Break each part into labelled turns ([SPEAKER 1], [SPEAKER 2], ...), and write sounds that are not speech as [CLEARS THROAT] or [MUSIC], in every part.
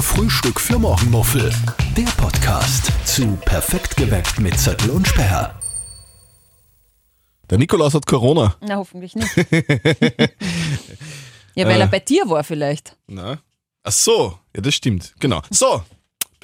[SPEAKER 1] Frühstück für Morgenmuffel. Der Podcast zu Perfekt geweckt mit Zettel und Sperr.
[SPEAKER 2] Der Nikolaus hat Corona.
[SPEAKER 3] Na,
[SPEAKER 2] [LAUGHS]
[SPEAKER 3] hoffentlich nicht. ja, weil er
[SPEAKER 2] Äh.
[SPEAKER 3] bei dir war vielleicht.
[SPEAKER 2] Na? Ach so, ja, das stimmt. Genau. So,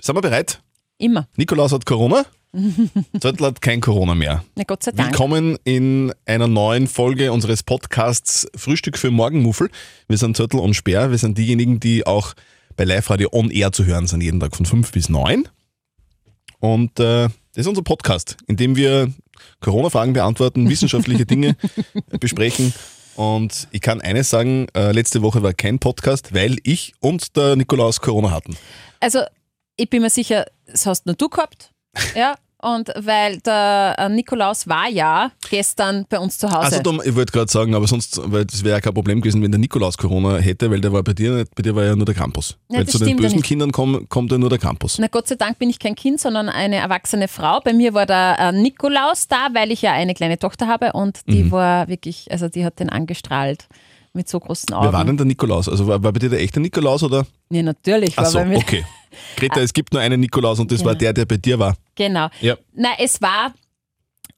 [SPEAKER 2] sind wir bereit?
[SPEAKER 3] Immer.
[SPEAKER 2] Nikolaus hat Corona. [LAUGHS] Zettel hat kein Corona mehr.
[SPEAKER 3] Na, Gott sei Dank.
[SPEAKER 2] Willkommen in einer neuen Folge unseres Podcasts Frühstück für Morgenmuffel. Wir sind Zettel und Speer. Wir sind diejenigen, die auch bei Live Radio on Air zu hören sind, jeden Tag von 5 bis 9. Und äh, das ist unser Podcast, in dem wir Corona-Fragen
[SPEAKER 3] [LAUGHS]
[SPEAKER 2] beantworten, wissenschaftliche Dinge besprechen. Und ich kann eines sagen, äh, letzte Woche war kein Podcast, weil ich und der Nikolaus Corona hatten.
[SPEAKER 3] Also, ich bin mir sicher, das hast nur du gehabt. Ja. Und weil der äh, Nikolaus war ja gestern bei uns zu Hause.
[SPEAKER 2] Also dumm, ich wollte gerade sagen, aber sonst, weil das wäre ja kein Problem gewesen, wenn der Nikolaus Corona hätte, weil der war bei dir nicht, bei dir war ja nur der Krampus.
[SPEAKER 3] Ja,
[SPEAKER 2] weil
[SPEAKER 3] das
[SPEAKER 2] zu den
[SPEAKER 3] stimmt ja
[SPEAKER 2] bösen
[SPEAKER 3] nicht.
[SPEAKER 2] Kindern komm, kommt ja nur der Krampus.
[SPEAKER 3] Na Gott sei Dank bin ich kein Kind, sondern eine erwachsene Frau. Bei mir war der äh, Nikolaus da, weil ich ja eine kleine Tochter habe und die
[SPEAKER 2] Mhm.
[SPEAKER 3] war wirklich, also die hat den angestrahlt mit so großen Augen.
[SPEAKER 2] Wer war denn der Nikolaus? Also war, war bei dir der echte Nikolaus oder?
[SPEAKER 3] Ja, natürlich. War
[SPEAKER 2] Achso,
[SPEAKER 3] bei mir. Ah.
[SPEAKER 2] okay. Greta, es gibt nur einen Nikolaus und das war der, der bei dir war.
[SPEAKER 3] Genau.
[SPEAKER 2] Ja.
[SPEAKER 3] Na, es war,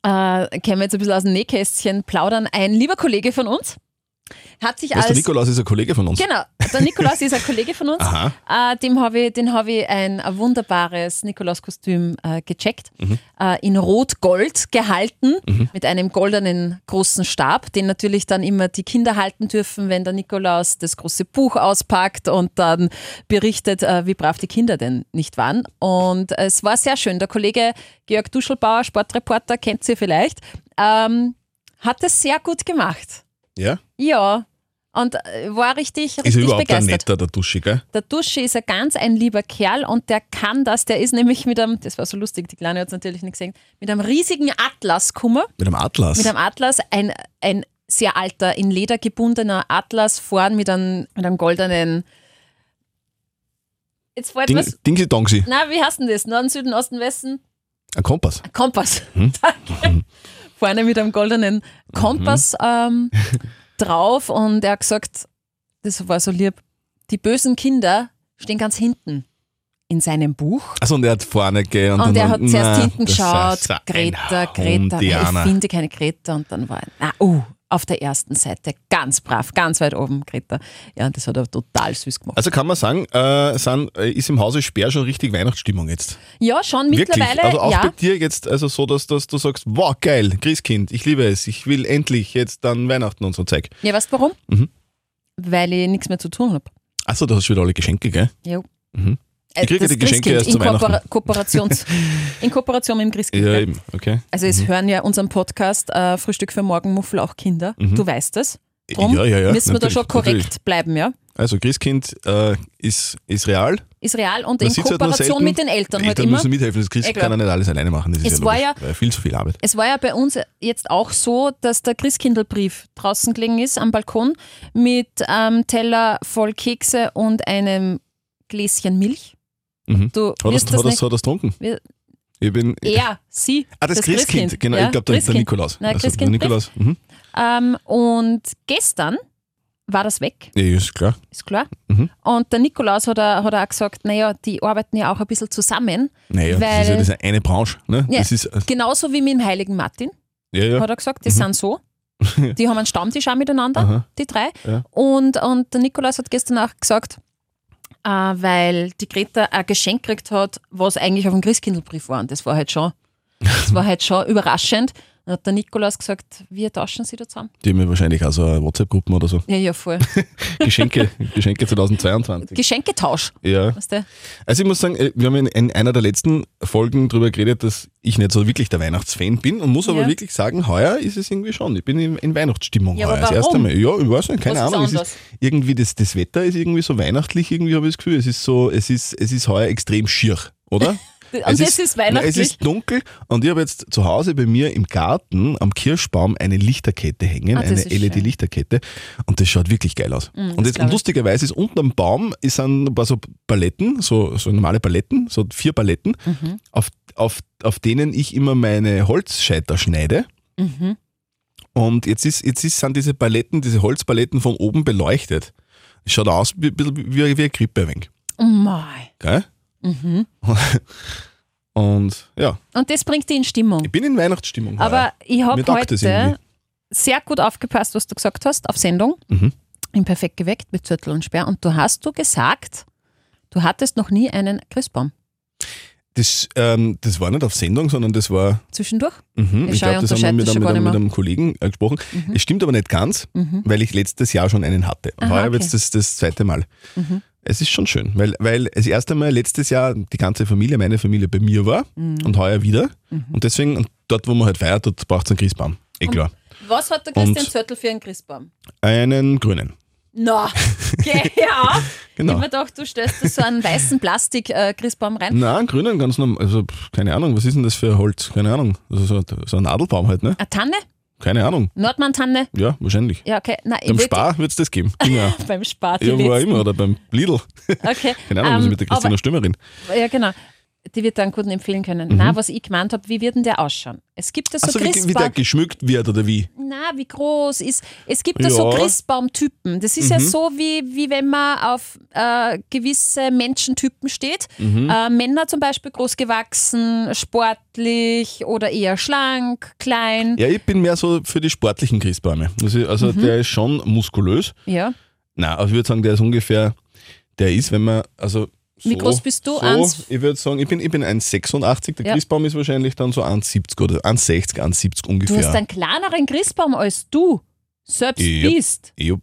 [SPEAKER 3] äh, können wir jetzt ein bisschen aus dem Nähkästchen plaudern, ein lieber Kollege von uns hat sich
[SPEAKER 2] Was, der
[SPEAKER 3] als...
[SPEAKER 2] Nikolaus ist ein Kollege von uns.
[SPEAKER 3] Genau, der Nikolaus ist ein Kollege von uns.
[SPEAKER 2] Aha.
[SPEAKER 3] Äh, dem habe ich, den habe ich ein wunderbares Nikolauskostüm äh, gecheckt,
[SPEAKER 2] Mhm.
[SPEAKER 3] äh, in Rot-Gold gehalten, mit einem goldenen großen Stab, den natürlich dann immer die Kinder halten dürfen, wenn der Nikolaus das große Buch auspackt und dann berichtet, äh, wie brav die Kinder denn nicht waren. Und es war sehr schön. Der Kollege Georg Duschelbauer, Sportreporter, kennt sie vielleicht, ähm, hat es sehr gut gemacht.
[SPEAKER 2] Ja?
[SPEAKER 3] Ja. Und äh, war richtig,
[SPEAKER 2] Ist er
[SPEAKER 3] richtig
[SPEAKER 2] überhaupt ein
[SPEAKER 3] begeistert.
[SPEAKER 2] netter, der Dusche, gell?
[SPEAKER 3] Der Dusche ist ein ganz ein lieber Kerl und der kann das. Der ist nämlich mit einem, das war so lustig, die Kleine hat es natürlich nicht gesehen, mit einem riesigen Atlas kummer,
[SPEAKER 2] Mit einem Atlas.
[SPEAKER 3] mit einem Atlas, ein, ein sehr alter, in Leder gebundener Atlas vorn mit einem, mit einem goldenen. Jetzt fällt
[SPEAKER 2] Ding,
[SPEAKER 3] was.
[SPEAKER 2] Dingsi Dongsi.
[SPEAKER 3] Na, wie heißt denn das? Norden, Süden, Osten, Westen?
[SPEAKER 2] Ein Kompass.
[SPEAKER 3] Ein Kompass.
[SPEAKER 2] Hm?
[SPEAKER 3] [LAUGHS] Danke. Vorne mit einem goldenen Kompass
[SPEAKER 2] Mhm. [LAUGHS]
[SPEAKER 3] ähm, drauf und er hat gesagt, das war so lieb, die bösen Kinder stehen ganz hinten in seinem Buch.
[SPEAKER 2] Achso, und er hat vorne gehen und, dann-
[SPEAKER 3] Und er hat zuerst
[SPEAKER 2] Na,
[SPEAKER 3] hinten
[SPEAKER 2] das ist
[SPEAKER 3] geschaut,
[SPEAKER 2] so ein
[SPEAKER 3] Greta,
[SPEAKER 2] Hund,
[SPEAKER 3] Greta,
[SPEAKER 2] Diana.
[SPEAKER 3] ich finde keine Greta und dann war, na, oh, auf der ersten Seite, ganz brav, ganz weit oben, Greta. Ja, und das hat er total süß gemacht.
[SPEAKER 2] Also kann man sagen, äh, sind, äh, ist im Hause Speer schon richtig Weihnachtsstimmung jetzt.
[SPEAKER 3] Ja, schon
[SPEAKER 2] Wirklich.
[SPEAKER 3] mittlerweile,
[SPEAKER 2] Also auch
[SPEAKER 3] ja.
[SPEAKER 2] bei dir jetzt also so, dass, dass du sagst, wow, geil, Christkind, ich liebe es, ich will endlich jetzt dann Weihnachten und so Zeug.
[SPEAKER 3] Ja, weißt du warum?
[SPEAKER 2] Mhm.
[SPEAKER 3] Weil ich nichts mehr zu tun habe.
[SPEAKER 2] Achso, du hast wieder alle Geschenke, gell?
[SPEAKER 3] Jo.
[SPEAKER 2] Mhm.
[SPEAKER 3] Äh,
[SPEAKER 2] Ich kriege
[SPEAKER 3] das
[SPEAKER 2] die Geschenke
[SPEAKER 3] Christkind
[SPEAKER 2] erst
[SPEAKER 3] in
[SPEAKER 2] zu Weihnachten.
[SPEAKER 3] Koopera-
[SPEAKER 2] [LAUGHS]
[SPEAKER 3] Kooperations In Kooperation mit dem Christkind.
[SPEAKER 2] Ja,
[SPEAKER 3] gell?
[SPEAKER 2] eben, Mhm. okay.
[SPEAKER 3] also es hören ja unseren Podcast äh, Frühstück für Morgenmuffel auch Kinder. Du weißt es. Drum
[SPEAKER 2] Ja, Mhm. ja, ja,
[SPEAKER 3] müssen wir da
[SPEAKER 2] natürlich,
[SPEAKER 3] schon korrekt
[SPEAKER 2] natürlich.
[SPEAKER 3] bleiben, ja.
[SPEAKER 2] Also Christkind äh, ist, ist real.
[SPEAKER 3] Ist real und
[SPEAKER 2] Man
[SPEAKER 3] in
[SPEAKER 2] sieht's halt nur
[SPEAKER 3] Kooperation
[SPEAKER 2] selten.
[SPEAKER 3] mit den Eltern
[SPEAKER 2] Die
[SPEAKER 3] halt
[SPEAKER 2] Eltern
[SPEAKER 3] immer.
[SPEAKER 2] müssen mithelfen, das Christkind
[SPEAKER 3] Ja, klar.
[SPEAKER 2] kann er nicht alles alleine machen, das ist
[SPEAKER 3] Es
[SPEAKER 2] ja,
[SPEAKER 3] war
[SPEAKER 2] logisch,
[SPEAKER 3] ja-
[SPEAKER 2] weil viel zu viel Arbeit.
[SPEAKER 3] Es war ja bei uns jetzt auch so, dass der Christkindlbrief draußen gelegen ist am Balkon mit ähm, Teller voll Kekse und einem Gläschen Milch.
[SPEAKER 2] Mhm.
[SPEAKER 3] Du
[SPEAKER 2] Hat das,
[SPEAKER 3] wirst
[SPEAKER 2] hat
[SPEAKER 3] das
[SPEAKER 2] das,
[SPEAKER 3] nicht.
[SPEAKER 2] hat das getrunken?
[SPEAKER 3] Wir-
[SPEAKER 2] Ich bin,
[SPEAKER 3] Er, sie.
[SPEAKER 2] ah, das, Christkind, genau,
[SPEAKER 3] ja,
[SPEAKER 2] ich glaube, der, der
[SPEAKER 3] Christkind.
[SPEAKER 2] Nikolaus.
[SPEAKER 3] Nein,
[SPEAKER 2] also, der
[SPEAKER 3] Christkind-
[SPEAKER 2] Nikolaus, mhm.
[SPEAKER 3] Ähm, und gestern war das weg,
[SPEAKER 2] ja, ist klar.
[SPEAKER 3] ist klar.
[SPEAKER 2] Mhm.
[SPEAKER 3] Und der Nikolaus hat, auch- hat auch gesagt, naja, die arbeiten ja auch ein bisschen zusammen.
[SPEAKER 2] Naja, das
[SPEAKER 3] Weil-
[SPEAKER 2] ist ja diese eine Branche. Ne?
[SPEAKER 3] Ja.
[SPEAKER 2] Das ist, äh,
[SPEAKER 3] Genauso wie mit dem heiligen Martin,
[SPEAKER 2] ja, ja. Mhm.
[SPEAKER 3] hat er gesagt, die
[SPEAKER 2] [LAUGHS]
[SPEAKER 3] sind so. Die haben einen Stammtisch auch miteinander,
[SPEAKER 2] Aha.
[SPEAKER 3] die drei.
[SPEAKER 2] Ja.
[SPEAKER 3] Und, und der Nikolaus hat gestern auch gesagt, äh, weil die Greta ein Geschenk gekriegt hat, was eigentlich auf dem Christkindlbrief war. Und das war halt schon, das war halt schon überraschend. Dann hat der Nikolaus gesagt, wir tauschen sie da zusammen.
[SPEAKER 2] Die haben ja wahrscheinlich auch so eine WhatsApp-Gruppen oder so.
[SPEAKER 3] Ja, ja,
[SPEAKER 2] [LAUGHS]
[SPEAKER 3] voll.
[SPEAKER 2] Geschenke, [LAUGHS]
[SPEAKER 3] [LAUGHS]
[SPEAKER 2] Geschenke 2022.
[SPEAKER 3] Geschenketausch,
[SPEAKER 2] Ja.
[SPEAKER 3] weißt du?
[SPEAKER 2] Also ich muss sagen, äh, wir haben in- in einer der letzten Folgen darüber geredet, dass ich nicht so wirklich der Weihnachtsfan bin und muss aber
[SPEAKER 3] Ja.
[SPEAKER 2] wirklich sagen, heuer ist es irgendwie schon. Ich bin in, in Weihnachtsstimmung
[SPEAKER 3] Ja,
[SPEAKER 2] heuer.
[SPEAKER 3] aber
[SPEAKER 2] Das erste
[SPEAKER 3] warum?
[SPEAKER 2] Mal. Ja, ich weiß nicht, keine
[SPEAKER 3] Was ist
[SPEAKER 2] Ahnung. Es
[SPEAKER 3] anders?
[SPEAKER 2] ist irgendwie das, das Wetter ist irgendwie so weihnachtlich, irgendwie habe ich das Gefühl. Es ist so, es ist, es ist heuer extrem schier, oder?
[SPEAKER 3] [LAUGHS] Und
[SPEAKER 2] Es
[SPEAKER 3] das ist, weihnachtlich.
[SPEAKER 2] Nein, es ist dunkel und ich habe jetzt zu Hause bei mir im Garten am Kirschbaum eine Lichterkette hängen,
[SPEAKER 3] Ah, das
[SPEAKER 2] eine E
[SPEAKER 3] ist schön.
[SPEAKER 2] LED-Lichterkette und das schaut wirklich geil aus. und jetzt
[SPEAKER 3] Mhm, glaub ich.
[SPEAKER 2] lustigerweise ist unten am Baum ist ein paar so Paletten, so, so normale Paletten, so vier Paletten,
[SPEAKER 3] Mhm.
[SPEAKER 2] auf, auf, auf denen ich immer meine Holzscheiter schneide.
[SPEAKER 3] mhm.
[SPEAKER 2] Und jetzt, ist, jetzt ist, sind diese Paletten, diese Holzpaletten von oben beleuchtet. Es schaut aus wie, ein bisschen wie, wie eine Krippe ein wenig.
[SPEAKER 3] Oh Mei.
[SPEAKER 2] Geil?
[SPEAKER 3] Mhm.
[SPEAKER 2] [LAUGHS] Und ja,
[SPEAKER 3] Und das bringt die in Stimmung.
[SPEAKER 2] ich bin in Weihnachtsstimmung.
[SPEAKER 3] Aber ich
[SPEAKER 2] Mir
[SPEAKER 3] habe
[SPEAKER 2] taugt das
[SPEAKER 3] heute
[SPEAKER 2] irgendwie.
[SPEAKER 3] sehr gut aufgepasst, was du gesagt hast auf Sendung.
[SPEAKER 2] Mhm.
[SPEAKER 3] Im Perfekt geweckt mit Zettel und Sperr. Und du hast du gesagt, du hattest noch nie einen Christbaum.
[SPEAKER 2] das, ähm, das war nicht auf Sendung, sondern das war,
[SPEAKER 3] Zwischendurch?
[SPEAKER 2] mhm,
[SPEAKER 3] Ja,
[SPEAKER 2] ich
[SPEAKER 3] schau, ich
[SPEAKER 2] glaube, das haben wir
[SPEAKER 3] unterscheide
[SPEAKER 2] mit,
[SPEAKER 3] das
[SPEAKER 2] einem-
[SPEAKER 3] schon
[SPEAKER 2] mit,
[SPEAKER 3] gar
[SPEAKER 2] einem-
[SPEAKER 3] nicht
[SPEAKER 2] mit
[SPEAKER 3] mehr.
[SPEAKER 2] einem Kollegen äh, gesprochen. Es stimmt aber nicht ganz,
[SPEAKER 3] Mhm.
[SPEAKER 2] weil ich letztes Jahr schon einen hatte. Und
[SPEAKER 3] Aha,
[SPEAKER 2] heuer wird
[SPEAKER 3] okay.
[SPEAKER 2] es das, das zweite Mal.
[SPEAKER 3] Mhm.
[SPEAKER 2] Es ist schon schön, weil, weil das erste Mal letztes Jahr die ganze Familie, meine Familie bei mir war
[SPEAKER 3] Mhm.
[SPEAKER 2] und heuer wieder. Und deswegen, und dort, wo man halt feiert, dort braucht es einen Christbaum. Eh klar.
[SPEAKER 3] Was hat der
[SPEAKER 2] Und-
[SPEAKER 3] Christian Zörtel für einen Christbaum?
[SPEAKER 2] Einen grünen.
[SPEAKER 3] Na, [LAUGHS] geh her auf. Ich hab
[SPEAKER 2] Genau.
[SPEAKER 3] mir gedacht, du stellst da so einen weißen Plastik-Christbaum rein.
[SPEAKER 2] Nein, einen grünen, ganz normal. Also, pff, keine Ahnung, was ist denn das für ein Holz? Keine Ahnung. Also, so, so ein Nadelbaum halt, ne?
[SPEAKER 3] Eine Tanne?
[SPEAKER 2] Keine Ahnung.
[SPEAKER 3] Nordmann-Tanne?
[SPEAKER 2] Ja, wahrscheinlich.
[SPEAKER 3] Ja, okay. Nein, ich
[SPEAKER 2] Beim
[SPEAKER 3] würd-
[SPEAKER 2] Spar wird es das geben. Ja.
[SPEAKER 3] [LAUGHS] Beim Spar. die
[SPEAKER 2] Ja, wo auch
[SPEAKER 3] letzten.
[SPEAKER 2] immer, oder beim Lidl.
[SPEAKER 3] Okay.
[SPEAKER 2] Keine Ahnung, was
[SPEAKER 3] Ähm,
[SPEAKER 2] ist mit der Christina Stürmerin.
[SPEAKER 3] aber- Ja, genau. Die wird dann gut empfehlen können. Na, was ich gemeint habe, wie wird denn der ausschauen? Es gibt da so,
[SPEAKER 2] Achso, Mhm. wie, wie
[SPEAKER 3] Christbaum.
[SPEAKER 2] der geschmückt wird oder wie?
[SPEAKER 3] na, wie groß ist. Es gibt da so
[SPEAKER 2] Ja. Mhm.
[SPEAKER 3] Christbaumtypen. Das ist ja so, wie, wie wenn man auf äh, gewisse Menschentypen steht.
[SPEAKER 2] Mhm.
[SPEAKER 3] Äh, Männer zum Beispiel großgewachsen, sportlich oder eher schlank, klein.
[SPEAKER 2] Ja, ich bin mehr so für die sportlichen Christbäume. Also, also der ist schon muskulös.
[SPEAKER 3] Ja.
[SPEAKER 2] Nein, aber ich würde sagen, der ist ungefähr, der ist, wenn man, also. So,
[SPEAKER 3] Wie groß bist du?
[SPEAKER 2] So,
[SPEAKER 3] Eins-
[SPEAKER 2] ich würde sagen, ich bin, ich bin 1,86. Der
[SPEAKER 3] Ja.
[SPEAKER 2] Christbaum ist wahrscheinlich dann so 1,70 oder 1,60, 1,70
[SPEAKER 3] Du hast
[SPEAKER 2] ungefähr.
[SPEAKER 3] einen kleineren Christbaum als du selbst
[SPEAKER 2] Ja.
[SPEAKER 3] bist.
[SPEAKER 2] Ja,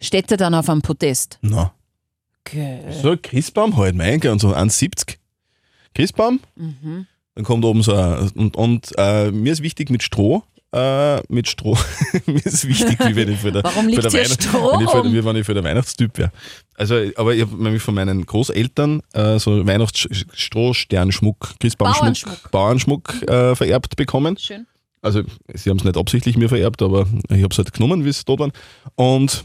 [SPEAKER 3] Steht er dann auf einem Podest.
[SPEAKER 2] na. So ein Christbaum halt, mein Gott, und so 1,70. Christbaum,
[SPEAKER 3] Mhm.
[SPEAKER 2] Dann kommt oben so ein, und, und äh, mir ist wichtig mit Stroh, äh, mit Stroh, [LAUGHS] mir ist wichtig, wie wenn ich für der,
[SPEAKER 3] Warum
[SPEAKER 2] für
[SPEAKER 3] liegt
[SPEAKER 2] der
[SPEAKER 3] hier
[SPEAKER 2] Weihnacht-
[SPEAKER 3] Stroh
[SPEAKER 2] wenn ich für,
[SPEAKER 3] um?
[SPEAKER 2] wie wenn ich für der Weihnachtstyp wäre. Also, aber ich habe nämlich von meinen Großeltern äh, so Weihnachtsstrohsternschmuck, Christbaumschmuck,
[SPEAKER 3] Bauernschmuck.
[SPEAKER 2] Bauernschmuck äh, vererbt bekommen.
[SPEAKER 3] Schön.
[SPEAKER 2] Also sie haben es nicht absichtlich mir vererbt, aber ich habe es halt genommen, wie es dort waren. Und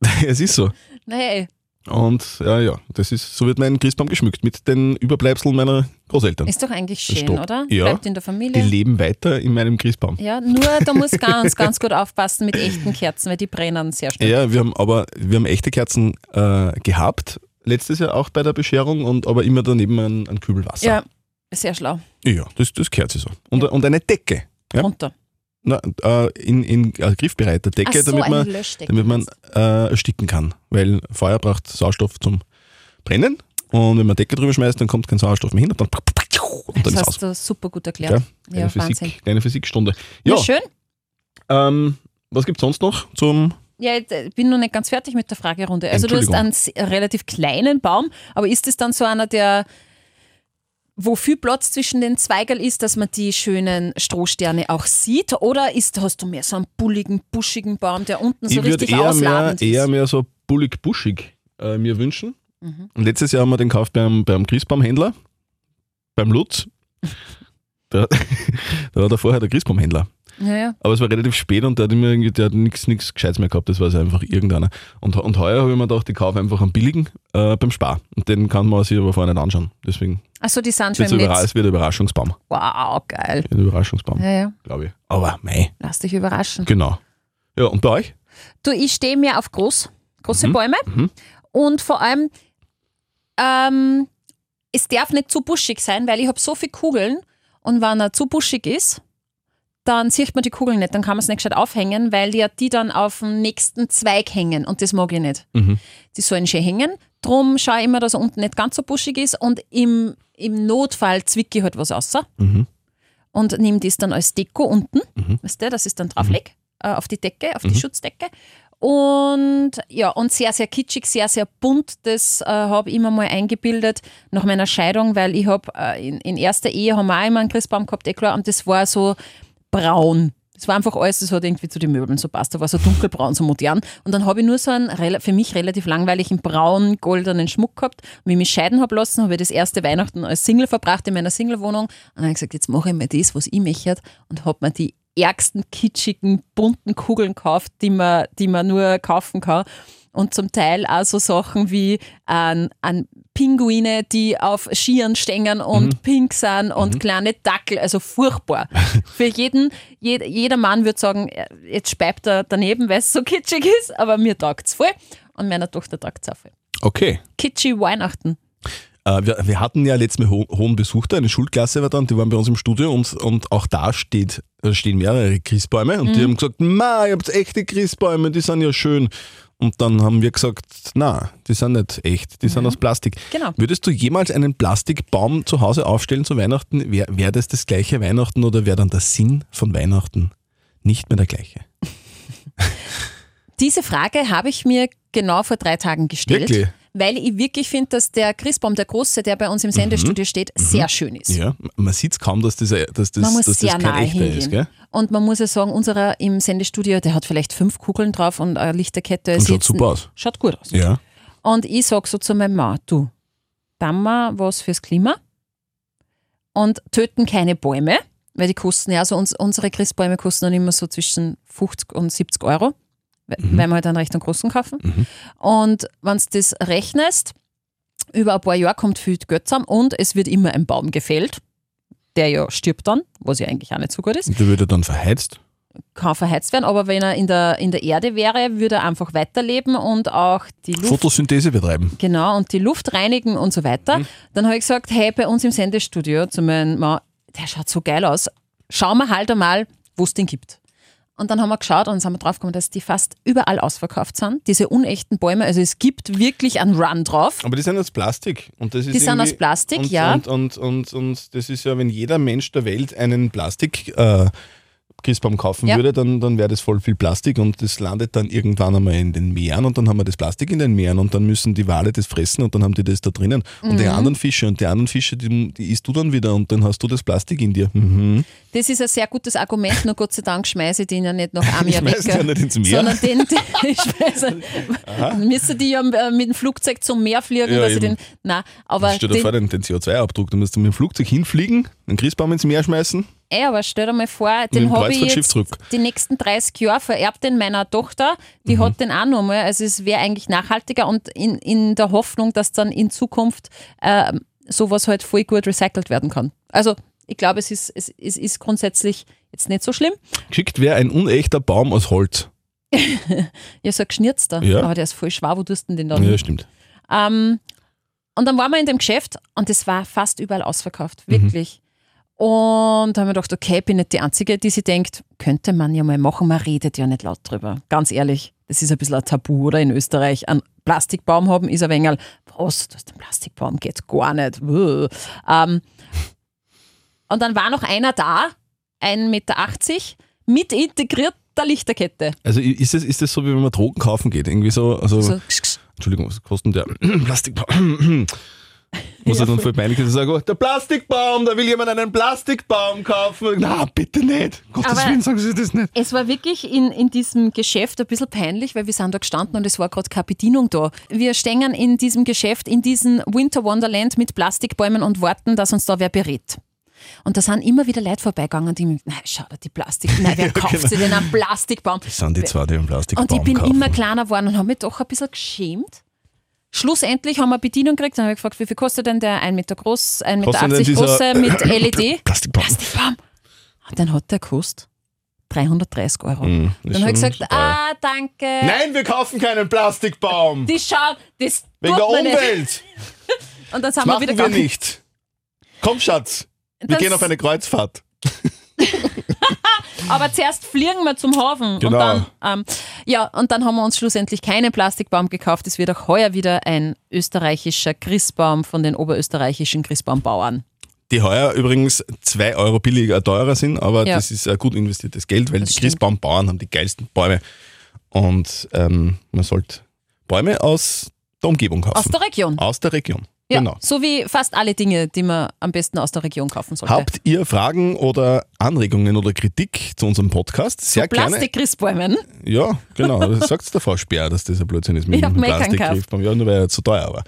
[SPEAKER 2] [LAUGHS] es ist so.
[SPEAKER 3] Naja,
[SPEAKER 2] Und ja, ja, das ist, so wird mein Christbaum geschmückt mit den Überbleibseln meiner Großeltern.
[SPEAKER 3] ist doch eigentlich schön,
[SPEAKER 2] Stopp.
[SPEAKER 3] oder?
[SPEAKER 2] Ja.
[SPEAKER 3] Bleibt in der
[SPEAKER 2] Die
[SPEAKER 3] Familie.
[SPEAKER 2] leben weiter in meinem Christbaum.
[SPEAKER 3] Ja, nur da muss ganz, ganz gut aufpassen mit echten Kerzen, weil die brennen sehr schnell.
[SPEAKER 2] Ja, wir haben aber wir haben echte Kerzen äh, gehabt, letztes Jahr auch bei der Bescherung, und aber immer daneben ein, ein Kübel Wasser.
[SPEAKER 3] Ja, sehr schlau.
[SPEAKER 2] ja das, das gehört sich so. Und, und eine Decke. Ja?
[SPEAKER 3] Runter.
[SPEAKER 2] Na, äh, in, in äh, griffbereiter
[SPEAKER 3] Ach
[SPEAKER 2] Decke,
[SPEAKER 3] so,
[SPEAKER 2] damit
[SPEAKER 3] eine
[SPEAKER 2] man,
[SPEAKER 3] Löschdecke.
[SPEAKER 2] damit man äh, ersticken kann. Weil Feuer braucht Sauerstoff zum Brennen. Und wenn man Decke drüber schmeißt, dann kommt kein Sauerstoff mehr hin und dann, und dann
[SPEAKER 3] das
[SPEAKER 2] ist
[SPEAKER 3] hast
[SPEAKER 2] aus.
[SPEAKER 3] du super gut
[SPEAKER 2] Ja,
[SPEAKER 3] erklärt. Ja,
[SPEAKER 2] Kleine,
[SPEAKER 3] Wahnsinn.
[SPEAKER 2] Physik, kleine Physikstunde.
[SPEAKER 3] Ja,
[SPEAKER 2] Ja,
[SPEAKER 3] schön.
[SPEAKER 2] ähm, was gibt es sonst noch zum
[SPEAKER 3] Ja, ich äh, bin noch nicht ganz fertig mit der Fragerunde. Also du hast
[SPEAKER 2] Entschuldigung.
[SPEAKER 3] einen s- relativ kleinen Baum, aber ist es dann so einer, der wo viel Platz zwischen den Zweigerl ist, dass man die schönen Strohsterne auch sieht? Oder ist, hast du mehr so einen bulligen, buschigen Baum, der unten so
[SPEAKER 2] ich würde
[SPEAKER 3] richtig
[SPEAKER 2] eher mehr,
[SPEAKER 3] ausladend
[SPEAKER 2] eher
[SPEAKER 3] ist?
[SPEAKER 2] mehr so bullig-buschig äh, mir wünschen.
[SPEAKER 3] Mhm.
[SPEAKER 2] Und letztes Jahr haben wir den gekauft beim, beim Christbaumhändler, beim
[SPEAKER 3] [LAUGHS]
[SPEAKER 2] Lutz. Da, da war da vorher der Christbaumhändler.
[SPEAKER 3] Ja, ja.
[SPEAKER 2] Aber es war relativ spät und der hat immer irgendwie, der hat nichts nix Gescheites mehr gehabt, das war so einfach irgendeiner. Und, und heuer habe ich mir gedacht, ich kaufe einfach einen billigen äh, beim Spar. Und den kann man sich aber vorher nicht anschauen. Deswegen
[SPEAKER 3] Achso, die sind schon
[SPEAKER 2] wird so
[SPEAKER 3] im
[SPEAKER 2] überra-
[SPEAKER 3] Netz.
[SPEAKER 2] es wird ein Überraschungsbaum.
[SPEAKER 3] Wow, geil.
[SPEAKER 2] Ein Überraschungsbaum,
[SPEAKER 3] Ja, ja.
[SPEAKER 2] glaube ich. Aber mei.
[SPEAKER 3] Lass dich überraschen.
[SPEAKER 2] Genau. Ja, und bei euch?
[SPEAKER 3] Du, ich stehe mir auf groß, große Bäume und vor allem, ähm, es darf nicht zu buschig sein, weil ich habe so viele Kugeln und wenn er zu buschig ist, dann sieht man die Kugeln nicht, dann kann man es nicht gescheit aufhängen, weil ja die dann auf dem nächsten Zweig hängen und das mag ich nicht.
[SPEAKER 2] Mhm.
[SPEAKER 3] Die sollen schön hängen, drum schaue ich immer, dass er unten nicht ganz so buschig ist und im, im Notfall zwicke ich halt was raus
[SPEAKER 2] Mhm.
[SPEAKER 3] und nehme das dann als Deko unten,
[SPEAKER 2] Mhm.
[SPEAKER 3] weißt du, dass ich es dann drauflege, äh, auf die Decke, auf die Schutzdecke. Und ja, und sehr, sehr kitschig, sehr, sehr bunt, das äh, habe ich immer mal eingebildet nach meiner Scheidung, weil ich habe äh, in, in erster Ehe haben wir auch immer einen Christbaum gehabt, eh klar, und das war so braun. Das war einfach alles, das hat irgendwie zu den Möbeln so passt. Da war so dunkelbraun, so modern. Und dann habe ich nur so einen rela- für mich relativ langweiligen braun, goldenen Schmuck gehabt. Und wie ich mich scheiden habe lassen, habe ich das erste Weihnachten als Single verbracht in meiner Singlewohnung. Und dann habe ich gesagt, jetzt mache ich mir das, was ich möchte. Und habe mir die ärgsten, kitschigen, bunten Kugeln gekauft, die man, die man nur kaufen kann. Und zum Teil auch so Sachen wie an, an Pinguine, die auf Skiern stängern und pink sind und kleine Dackel, also furchtbar. Für jeden, jed, jeder Mann würde sagen, äh, jetzt speibt er daneben, weil es so kitschig ist, aber mir taugt es voll und meiner Tochter taugt es auch voll.
[SPEAKER 2] Okay.
[SPEAKER 3] Kitschy Weihnachten.
[SPEAKER 2] Äh, wir, wir hatten ja letztes Mal ho hohen Besuch da, eine Schulklasse war dann, die waren bei uns im Studio und, und auch da steht, äh, stehen mehrere Christbäume
[SPEAKER 3] Mhm.
[SPEAKER 2] und die haben gesagt, ma, ihr habt echte Christbäume, die sind ja schön. Und dann haben wir gesagt, na, die sind nicht echt, die sind aus Plastik.
[SPEAKER 3] Genau.
[SPEAKER 2] Würdest du jemals einen Plastikbaum zu Hause aufstellen zu Weihnachten? Wäre wär das das gleiche Weihnachten oder wäre dann der Sinn von Weihnachten nicht mehr der gleiche?
[SPEAKER 3] Diese Frage habe ich mir genau vor drei Tagen gestellt.
[SPEAKER 2] Wirklich?
[SPEAKER 3] Weil ich wirklich finde, dass der Christbaum, der große, der bei uns im Sendestudio steht, sehr schön ist.
[SPEAKER 2] Ja, man sieht es kaum, dass das, ein- dass das,
[SPEAKER 3] Man muss
[SPEAKER 2] dass
[SPEAKER 3] sehr
[SPEAKER 2] das kein
[SPEAKER 3] nahe
[SPEAKER 2] echter
[SPEAKER 3] hingehen.
[SPEAKER 2] ist. Gell?
[SPEAKER 3] Und man muss ja sagen, unserer im Sendestudio, der hat vielleicht fünf Kugeln drauf und eine Lichterkette.
[SPEAKER 2] Und schaut
[SPEAKER 3] Sitzen-
[SPEAKER 2] super aus.
[SPEAKER 3] Schaut gut aus.
[SPEAKER 2] Ja.
[SPEAKER 3] Und ich sage so zu meinem Mann, du, dann mal was fürs Klima und töten keine Bäume, weil die kosten ja, also uns, unsere Christbäume kosten dann immer so zwischen 50 und 70 Euro, we- weil wir halt einen recht großen kaufen. Und wenn du das rechnest, über ein paar Jahre kommt viel Geld zusammen und es wird immer ein Baum gefällt, der ja stirbt dann, was ja eigentlich auch nicht so gut ist
[SPEAKER 2] Und der würde dann verheizt.
[SPEAKER 3] kann verheizt werden, aber wenn er in der, in der Erde wäre, würde er einfach weiterleben und auch die Luft,
[SPEAKER 2] Photosynthese betreiben.
[SPEAKER 3] genau, und die Luft reinigen und so weiter.
[SPEAKER 2] Mhm.
[SPEAKER 3] Dann habe ich gesagt, hey, bei uns im Sendestudio zu meinem Mann, der schaut so geil aus, schauen wir halt einmal, wo es den gibt. Und dann haben wir geschaut und sind wir draufgekommen, dass die fast überall ausverkauft sind, diese unechten Bäume. Also es gibt wirklich einen Run drauf.
[SPEAKER 2] Aber die sind aus Plastik. Und das ist
[SPEAKER 3] Die sind
[SPEAKER 2] irgendwie-
[SPEAKER 3] aus Plastik,
[SPEAKER 2] und,
[SPEAKER 3] ja.
[SPEAKER 2] Und, und, und, und das ist ja, wenn jeder Mensch der Welt einen Plastik. Äh, Christbaum kaufen
[SPEAKER 3] Ja.
[SPEAKER 2] würde, dann, dann wäre das voll viel Plastik und das landet dann irgendwann einmal in den Meeren und dann haben wir das Plastik in den Meeren und dann müssen die Wale das fressen und dann haben die das da drinnen und
[SPEAKER 3] Mhm.
[SPEAKER 2] die anderen Fische und die anderen Fische, die, die isst du dann wieder und dann hast du das Plastik in dir. Mhm.
[SPEAKER 3] Das ist ein sehr gutes Argument, nur Gott sei Dank schmeiße ich den
[SPEAKER 2] [LAUGHS]
[SPEAKER 3] ja nicht nach einem
[SPEAKER 2] Ich
[SPEAKER 3] Jahr weg.
[SPEAKER 2] schmeiß den ja nicht ins Meer.
[SPEAKER 3] Sondern den, [LAUGHS] den ich schmeiße. Dann müsste die ja äh, mit dem Flugzeug zum Meer fliegen,
[SPEAKER 2] Ja,
[SPEAKER 3] dass ich
[SPEAKER 2] eben.
[SPEAKER 3] den. Nein, aber,
[SPEAKER 2] Stell dir vor,
[SPEAKER 3] den,
[SPEAKER 2] den, den CO2-Abdruck, da musst du mit dem Flugzeug hinfliegen, einen Christbaum ins Meer schmeißen
[SPEAKER 3] ey, aber stell dir mal vor,
[SPEAKER 2] dem
[SPEAKER 3] den habe ich
[SPEAKER 2] Kreuzfahrtschiff
[SPEAKER 3] jetzt
[SPEAKER 2] zurück.
[SPEAKER 3] die nächsten 30 Jahre vererbt den meiner Tochter. Die
[SPEAKER 2] Mhm.
[SPEAKER 3] hat den auch nochmal. Also es wäre eigentlich nachhaltiger und in, in der Hoffnung, dass dann in Zukunft äh, sowas halt voll gut recycelt werden kann. Also ich glaube, es ist, es, es ist grundsätzlich jetzt nicht so schlimm.
[SPEAKER 2] Geschickt wäre ein unechter Baum aus Holz.
[SPEAKER 3] Ja, so ein geschnitzter,
[SPEAKER 2] Ja.
[SPEAKER 3] aber der ist voll schwer, wo tust du denn den dann?
[SPEAKER 2] Ja, stimmt.
[SPEAKER 3] Ähm, und dann waren wir in dem Geschäft und es war fast überall ausverkauft, wirklich. Und da haben wir gedacht, okay, ich bin nicht die Einzige, die sich denkt, könnte man ja mal machen, man redet ja nicht laut drüber. Ganz ehrlich, das ist ein bisschen ein Tabu, oder? In Österreich einen Plastikbaum haben ist ein wenig, was, du hast einen Plastikbaum, geht gar nicht. Buh. Ähm, und dann war noch einer da, 1,80 Meter, mit integrierter Lichterkette.
[SPEAKER 2] Also i- ist das, ist das so, wie wenn man Drogen kaufen geht? Irgendwie so, also,
[SPEAKER 3] So, ksch, ksch.
[SPEAKER 2] Entschuldigung, was kostet denn der [CLEARS THROAT]
[SPEAKER 3] [CLEARS THROAT]
[SPEAKER 2] Plastikbaum? Muss er dann voll peinlich sein und sagen, oh, der Plastikbaum, da will jemand einen Plastikbaum kaufen. Na, bitte nicht. Gottes
[SPEAKER 3] Aber-
[SPEAKER 2] Willen, sagen Sie das nicht.
[SPEAKER 3] Es war wirklich in, in diesem Geschäft ein bisschen peinlich, weil wir sind da gestanden und es war gerade keine Bedienung da. Wir stehen in diesem Geschäft, in diesem Winter Wonderland mit Plastikbäumen und warten, dass uns da wer berät. Und da sind immer wieder Leute vorbeigegangen, die mir, nein, schau dir die
[SPEAKER 2] [LAUGHS]
[SPEAKER 3] Plastik, nein, wer kauft sich denn einen Plastikbaum?
[SPEAKER 2] Das sind genau. die zwei, die einen Plastikbaum
[SPEAKER 3] Und ich bin
[SPEAKER 2] kaufen.
[SPEAKER 3] immer kleiner geworden und habe mich doch ein bisschen geschämt. Schlussendlich haben wir Bedienung gekriegt, dann habe ich gefragt, wie viel kostet denn der 1 Meter groß, 1,80 Meter
[SPEAKER 2] Kostet denn dieser- [COUGHS]
[SPEAKER 3] große mit LED?
[SPEAKER 2] Plastikbaum.
[SPEAKER 3] Plastikbaum. Und dann hat der gekostet 330 Euro.
[SPEAKER 2] das
[SPEAKER 3] dann habe ich
[SPEAKER 2] hm, ist schon
[SPEAKER 3] gesagt,
[SPEAKER 2] teuer.
[SPEAKER 3] ah, danke.
[SPEAKER 2] Nein, wir kaufen keinen Plastikbaum.
[SPEAKER 3] Die schauen, das
[SPEAKER 2] Wegen
[SPEAKER 3] tut
[SPEAKER 2] der
[SPEAKER 3] man Nicht.
[SPEAKER 2] Umwelt.
[SPEAKER 3] Und dann sind
[SPEAKER 2] Das
[SPEAKER 3] wir
[SPEAKER 2] machen
[SPEAKER 3] wieder
[SPEAKER 2] wir
[SPEAKER 3] gegangen.
[SPEAKER 2] nicht. Komm, Schatz. Wir
[SPEAKER 3] Das-
[SPEAKER 2] gehen auf eine Kreuzfahrt.
[SPEAKER 3] Aber zuerst fliegen wir zum Hafen.
[SPEAKER 2] Genau.
[SPEAKER 3] Und dann, ähm, ja, und dann haben wir uns schlussendlich keinen Plastikbaum gekauft. Es wird auch heuer wieder ein österreichischer Christbaum von den oberösterreichischen Christbaumbauern.
[SPEAKER 2] die heuer übrigens 2 Euro billiger, teurer sind, aber
[SPEAKER 3] Ja.
[SPEAKER 2] das ist ein gut investiertes Geld, weil
[SPEAKER 3] Das
[SPEAKER 2] die
[SPEAKER 3] stimmt.
[SPEAKER 2] Christbaumbauern haben die geilsten Bäume. Und ähm, man sollte Bäume aus der Umgebung kaufen.
[SPEAKER 3] Aus der Region.
[SPEAKER 2] Aus der Region.
[SPEAKER 3] Ja,
[SPEAKER 2] Genau.
[SPEAKER 3] So wie fast alle Dinge, die man am besten aus der Region kaufen sollte.
[SPEAKER 2] Habt ihr Fragen oder Anregungen oder Kritik zu unserem Podcast? Sehr gerne.
[SPEAKER 3] Plastik-Christbäumen.
[SPEAKER 2] Ja, genau.
[SPEAKER 3] [LAUGHS]
[SPEAKER 2] Das sagt der Frau Speer, dass das ein Blödsinn ist mit
[SPEAKER 3] Ich hab
[SPEAKER 2] dem
[SPEAKER 3] mir keinen
[SPEAKER 2] Plastikgriffbaum. Ja, nur weil er zu teuer
[SPEAKER 3] [LAUGHS]
[SPEAKER 2] war.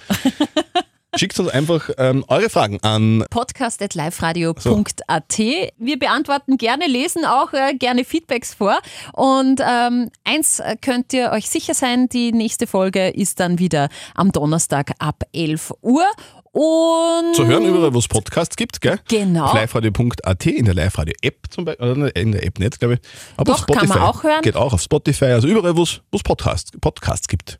[SPEAKER 2] Schickt uns einfach ähm, eure Fragen an
[SPEAKER 3] podcast.liferadio.at. Wir beantworten gerne, lesen auch äh, gerne Feedbacks vor. Und ähm, eins äh, könnt ihr euch sicher sein, die nächste Folge ist dann wieder am Donnerstag ab 11 Uhr. Und
[SPEAKER 2] zu hören, überall, wo es Podcasts gibt, gell?
[SPEAKER 3] Mhm. Genau.
[SPEAKER 2] Auf liveradio.at, in der Live-Radio-App zum Beispiel, oder in der App nicht, glaube ich. Aber
[SPEAKER 3] Doch, kann man auch hören.
[SPEAKER 2] Geht auch auf Spotify, also überall, wo es wo es Podcasts, Podcasts gibt.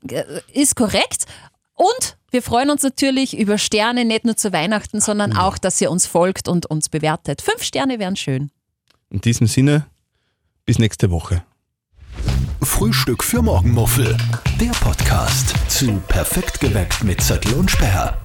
[SPEAKER 3] ist korrekt. Und Wir freuen uns natürlich über Sterne, nicht nur zu Weihnachten, sondern auch, dass ihr uns folgt und uns bewertet. Fünf Sterne wären schön.
[SPEAKER 2] In diesem Sinne, bis nächste Woche.
[SPEAKER 1] Frühstück für Morgenmuffel. Der Podcast zu Perfekt geweckt mit Zettel und Sperr.